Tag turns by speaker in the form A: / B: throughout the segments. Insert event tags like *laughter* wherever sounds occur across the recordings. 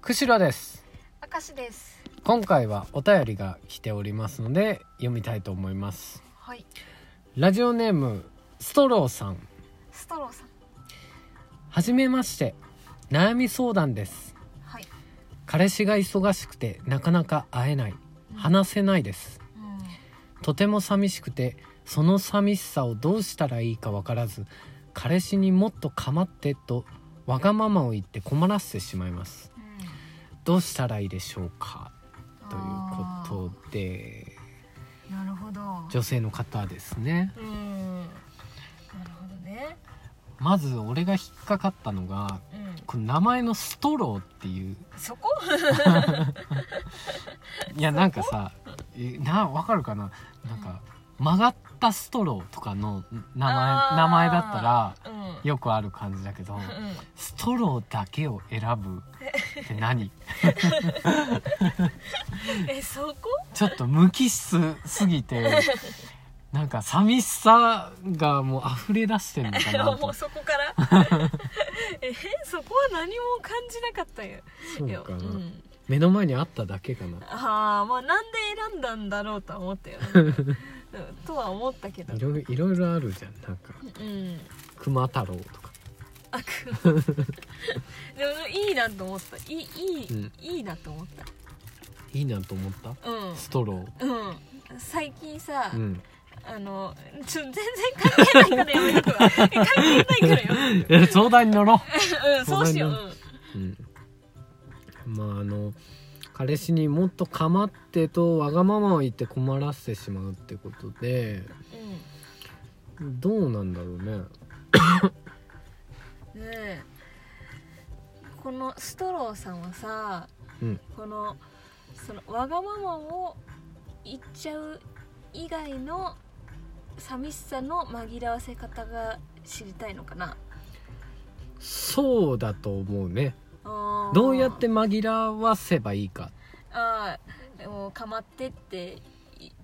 A: くしろです
B: 明石です
A: 今回はお便りが来ておりますので読みたいと思います
B: はい
A: ラジオネームストローさん
B: ストローさん
A: はじめまして悩み相談です
B: はい
A: 彼氏が忙しくてなかなか会えない話せないです
B: うん
A: とても寂しくてその寂しさをどうしたらいいかわからず彼氏にもっと構ってとわがままを言って困らせてしまいますどうしたらいいでしょうかということで
B: となるほど
A: 女性の方ですね
B: うんなるほどね
A: まず俺が引っかかったのが
B: うん
A: この名前のストローっていう
B: そこ
A: いやなんかさえなわかるかななんか曲がったストローとかの名
B: あー
A: 前名前だったら
B: うん
A: よくある感じだけど
B: うん
A: ストローだけを選ぶって何
B: えそこ
A: ちょっと無機質すぎてなんか寂しさがもう溢れ出してるのか
B: え
A: な
B: *laughs* もう
A: と
B: そこから
A: *laughs*
B: えそこは何も感じなかったよ
A: そう
B: よ
A: かな、
B: ん、
A: 目の前にあっただけかな
B: ああまあなんで選んだんだろうとは思ったよ、
A: *laughs*
B: うんとは思ったけど
A: いろいいろいろあるじゃんなんか
B: うん
A: 熊太郎とか
B: 悪でもいいなと思ったいいいい、
A: うん
B: いいなと思っ
A: いいなと思った
B: たうん
A: ストロ
B: うん最近さ、
A: ーうん
B: あのちょ全然関係ないからやめとくわえ関係ないからよ、
A: え *laughs* 相談に乗ろ *laughs*
B: うん、そうしよう、うん
A: う、うん、まああの彼氏にもっと構ってとわがままを言って困らせてしまうってことでどうなんだろうね
B: うん、ねえこのストローさんはさ
A: うん
B: このそのわがままを言っちゃう以外の寂しさの紛らわせ方が知りたいのかな
A: そうだと思うね
B: あー
A: どうやって紛らわせばいいか
B: ああもうかまってって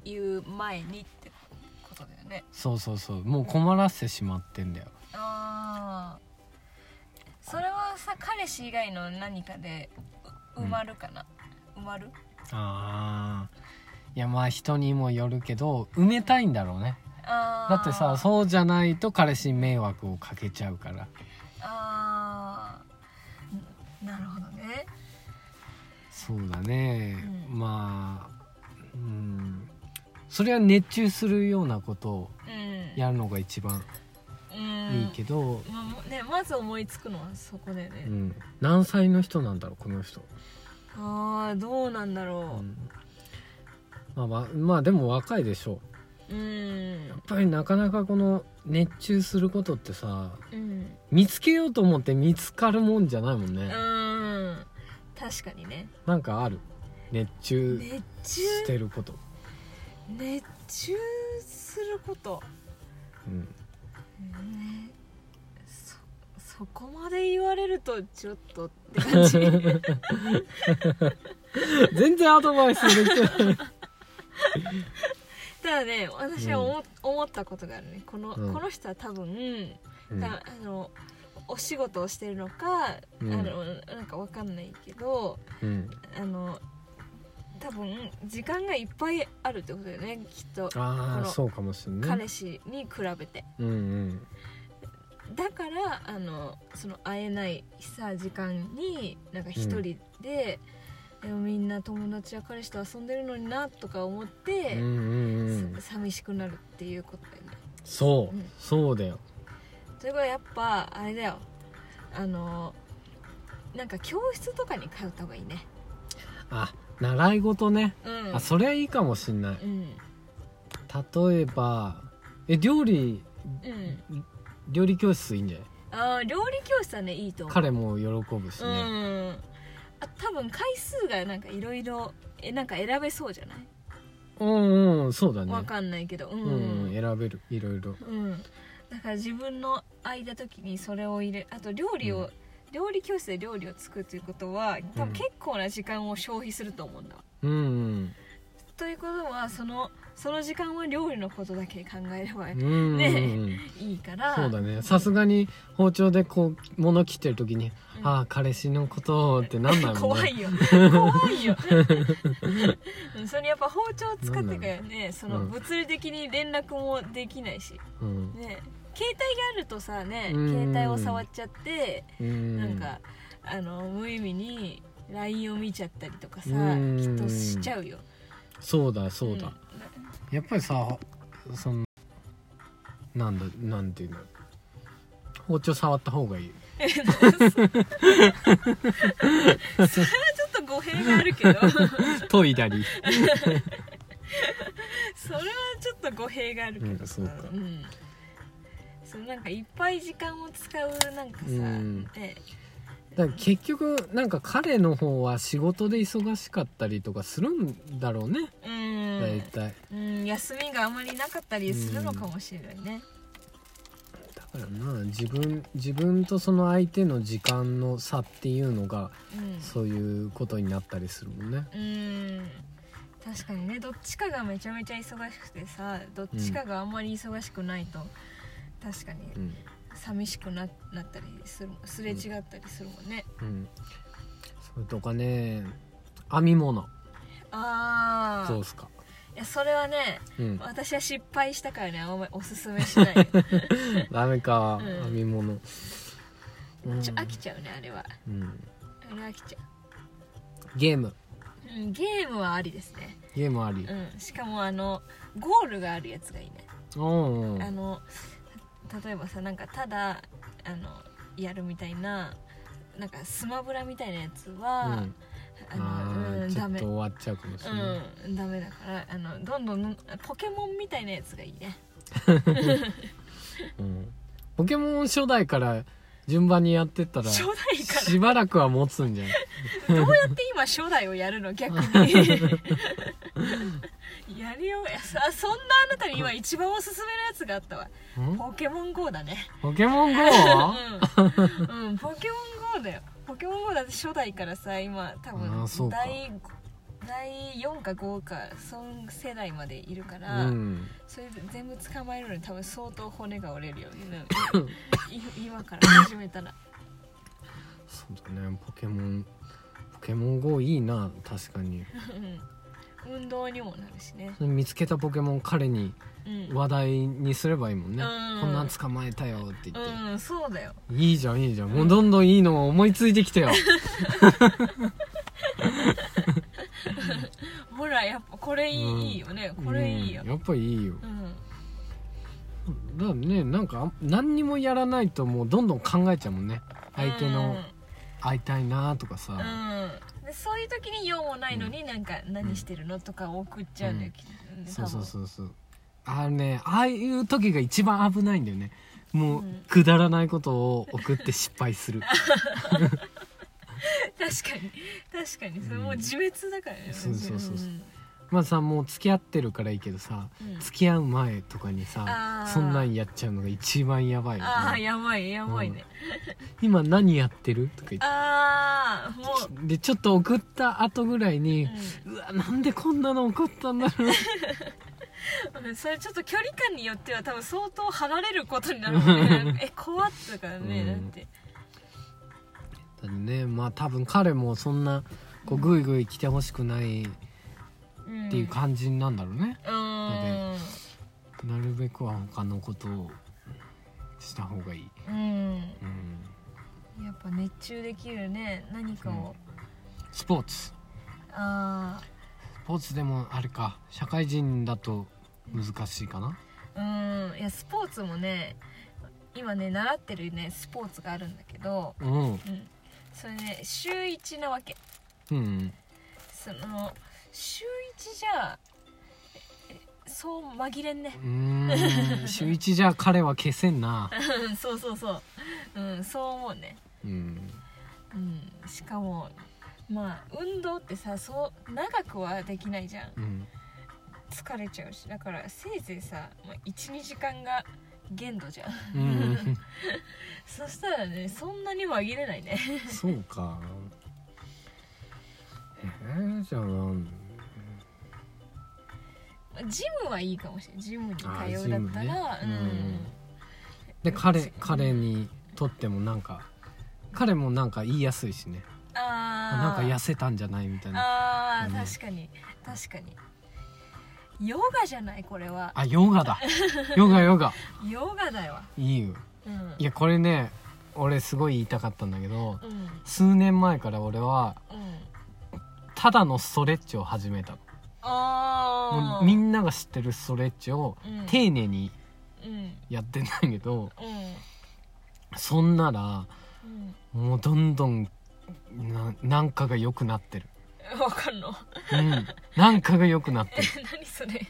B: 言う前にってことだよね
A: そうそうそうもう困らせてしまってんだよ
B: ああそれはさ彼氏以外の何かでう
A: うん
B: 埋まるかな、埋まる
A: ああいやまあ人にもよるけど埋めたいんだろうね
B: あー
A: だってさそうじゃないと彼氏に迷惑をかけちゃうから
B: あーんなるほどね
A: そうだね、
B: うん
A: まあうんそれは熱中するようなことを
B: うん
A: やるのが一番
B: うん
A: いいけど、
B: まもね、まず思いつくのはそこだよね、
A: うん何歳の人なんだろうこの人、
B: ああどうなんだ
A: う
B: ろ
A: んまあまあ、まあでも若いでしょ
B: ううん
A: やっぱりなかなかこの熱中することってさ
B: うん
A: 見つけようと思って見つかるもんじゃないもんね、
B: うん確かにね
A: なんかある熱中
B: 熱中
A: してること、
B: 熱中すること
A: うん、
B: ねそそこまで言われるとちょっとって
A: *laughs*
B: 感じ
A: 全然アドバイスで
B: *laughs*
A: きない
B: ただね私は思,、思ったことがあるねこの,、
A: うん
B: この人は多分、
A: うん
B: たあのお仕事をしてるのか、
A: うん
B: あのなんかわかんないけど
A: うん、
B: あの多分時間がいっぱいあるってことだよねきっと
A: あ
B: こ
A: あ
B: の
A: そうかもしれない、ね、
B: 彼氏に比べて。
A: うんうん
B: だからあのその会えないさ時間になんか一人で、でもみんな友達や彼氏と遊んでるのになとか思っ
A: う
B: て、
A: んうんうん
B: さ寂しくなるっていうことだよね。
A: そう、
B: うん
A: そうだよ
B: ということはやっぱあれだよあのなんか教室とかに通った方がいいね。
A: あ習い事ね、
B: うん
A: あそれはいいかもしんない
B: うん
A: 例えばえ料理
B: うん、
A: 料理教室いいんじゃない
B: あー料理教室はねいいと思う。
A: 彼も喜ぶし
B: う
A: ね、
B: んあ多分回数がなんかいろいろえなんか選べそうじゃない、
A: うん、うんそうだね
B: わかんないけど
A: うん、うん、選べるいろいろ
B: うん、だから自分の空いた時にそれを入れあと料理を、
A: うん
B: 料理教室で料理を作るということは多
A: うん
B: 分結構な時間を消費すると思うんだわ、
A: うんうん
B: ということはそのその時間は料理のことだけ考えれば
A: うんうんうん
B: ね
A: *laughs*
B: いいから
A: そうだねさすがに包丁でこう物切ってる時に「
B: うん
A: ああ彼氏のこと」ってなんないもんね
B: 怖いよ怖
A: *laughs*
B: いようんそれやっぱ包丁使ってからねその
A: うん
B: 物理的に連絡もできないし
A: うん
B: ね携帯があるとさね
A: うん
B: 携帯を触っちゃって
A: うん
B: なんかあの無意味に LINE を見ちゃったりとかさ
A: うん
B: きっとしちゃうよ
A: そうだそうだ、
B: ん
A: やっぱりさそのなんだなんていうの包丁触った方がいい
B: *laughs* ちょっと語弊があ
A: *laughs*
B: るけど
A: 研いだり
B: それはちょっと語弊があるけ
A: う
B: ど
A: ん
B: さ、
A: そうか
B: んそのなんかいっぱい時間を使うなんかさ、
A: うん
B: ね
A: だから結局なんか彼の方は仕事で忙しかったりとかするんだろうね
B: う
A: 大
B: ん、
A: 体
B: うん、休みがあまりなかったりするのかもしれないね、
A: だからな自分自分とその相手の時間の差っていうのが
B: うん
A: そういうことになったりするもんね
B: うん確かにねどっちかがめちゃめちゃ忙しくてさどっちかがあんまり忙しくないと、確かに
A: うん、
B: 寂しくななったりするすれ違ったりするもんね、
A: うん、それとかね編み物
B: ああ
A: どうすか
B: いやそれはね
A: うん
B: 私は失敗したからねあんまりおすすめしないよ
A: ダメか、
B: うん
A: 編み物、 *laughs* うん
B: ちょ飽きちゃうねあれは
A: うん、
B: あれ飽きちゃ
A: ゲーム
B: う、うん、ゲームはありですね、
A: ゲームあり
B: うん、しかもあのゴールがあるやつがいいね、
A: うんうん
B: あのた例えばさなんかただあのやるみたいななんかスマブラみたいなやつは、
A: うん
B: あの
A: ー
B: うん
A: ちょ
B: ダ
A: っと
B: メ
A: 終わっちゃうかもしれない、
B: うんダメだからあのどんどんどんポケモンみたいなやつがいいね
A: うんポケモン初代から順番にやってったら
B: 初
A: し
B: 代か
A: *laughs*
B: ら
A: ばらくは持つんじゃない
B: どうやって今初代をやるの逆に *laughs* やりようやさそんなあなたに今一番おすすめのやつがあったわ
A: ん
B: ポケモン GO だね
A: ポケモン GO?
B: うん、うん、ポケモン GO だよポケモン GO だって初代からさ今多
A: あーそう
B: 分
A: か
B: 第第4か5かそん世代までいるか
A: う
B: ら、
A: ん
B: それで全部捕まえるのに多分相当骨が折れるよね
A: *laughs*
B: い今から始めたら
A: そうだねポケモンポケモン GO いいな確かに
B: うん運動にもなるしね
A: それ見つけたポケモン彼に
B: うん
A: 話題にすればいいもんね、
B: うん
A: こんなん捕まえたよって言って、
B: うんそうだよ
A: いいじゃんいいじゃんもうどんどんいいの思いついてきたよ
B: ほらやっぱこれいい,、
A: うん
B: よね *laughs* これいいよ
A: うん、やっぱいいよ
B: うん、
A: だからねなんかあん何にもやらないともうどんどん考えちゃうもんね相手の会いたいなとかさ、
B: うん、うんでそういう時に用もないのになんか何してるのとか送っちゃうんだよ、きっと
A: そうそう
B: う
A: そうそうあのねああいう時が一番危ないんだよねもう、
B: うん
A: くだらないことを送って失敗す
B: *laughs*
A: る
B: 多分 *laughs* 確かに確かにそれもう
A: うん
B: 自滅だからね、
A: そうそうそうそうんまあさもう付き合ってるからいいけどさ
B: うん
A: 付き合う前とかにさ
B: あー
A: そんなんやっちゃうのが一番やばいよ
B: ああ
A: ね
B: やばいやばいね、
A: 今何やってるとか言って
B: ああもう、
A: でちょっと送った後ぐらいに、
B: う
A: うわなんでこんなの送ったんだろう
B: ん、 *laughs* それちょっと距離感によっては多分相当離れることになるもん
A: *laughs*
B: ねえ怖っとからね、
A: うん
B: だって
A: だねまあ多分彼もそんなこうグイグイ来てほしくないっ
B: うん
A: ていう感じなんだろうね、
B: うん
A: なるべくは他のことをした方がいい、
B: うん
A: うん、
B: やっぱ熱中できるね何かを、
A: スポーツス
B: あ
A: ポーツでもあれか社会人だと難しいかな
B: あうんいやスポーツもね今ね習ってるねスポーツがあるんだけど、
A: うん
B: うん、それね週1なわけ
A: うん
B: その週1じゃええそう紛れんね
A: うーん週一じゃ彼は消せんな、
B: うんそうそうそううんそう思うね
A: うん、
B: うんしかもまあ運動ってさそう長くはできないじゃん
A: うん
B: 疲れちゃうしだからせいぜいさ、まあ、12時間が限度じゃん
A: うん
B: そしたらねそんなに紛れないね
A: そうかえー、じゃあ
B: ジムはいいかもしれないジムに通
A: あー
B: うだ
A: ジ
B: った
A: ムね
B: ら、
A: う
B: うんん
A: で
B: うん
A: 彼彼にとってもなんか彼もなんか言いやすいしね
B: あー
A: なんか痩せたんじゃないみたいな
B: あー
A: うん
B: 確かに確かにヨガじゃないこれは
A: あヨガ
B: *laughs*
A: だヨガヨガ
B: ヨガだよ、
A: いいよ
B: うん、
A: いやこれね俺すごい言いたかったんだけど
B: うんうん
A: 数年前から俺はただのストレッチを始めたの
B: あ
A: も
B: あ
A: うみんなが知ってるストレッチを
B: うん
A: 丁寧に
B: うんうん
A: やってんだけどそんなら
B: うん
A: もうどんどんななんかが良くなってる
B: わかんの
A: うんなんかが良くなってる
B: 何それ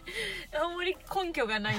B: あんまり根拠がない